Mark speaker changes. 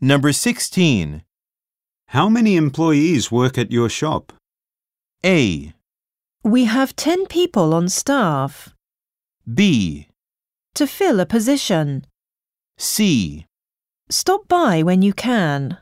Speaker 1: Number 16.
Speaker 2: How many employees work at your shop?
Speaker 1: A,
Speaker 3: We have 10 people on staff
Speaker 1: B,
Speaker 3: to fill a position.
Speaker 1: C.
Speaker 3: Stop by when you can.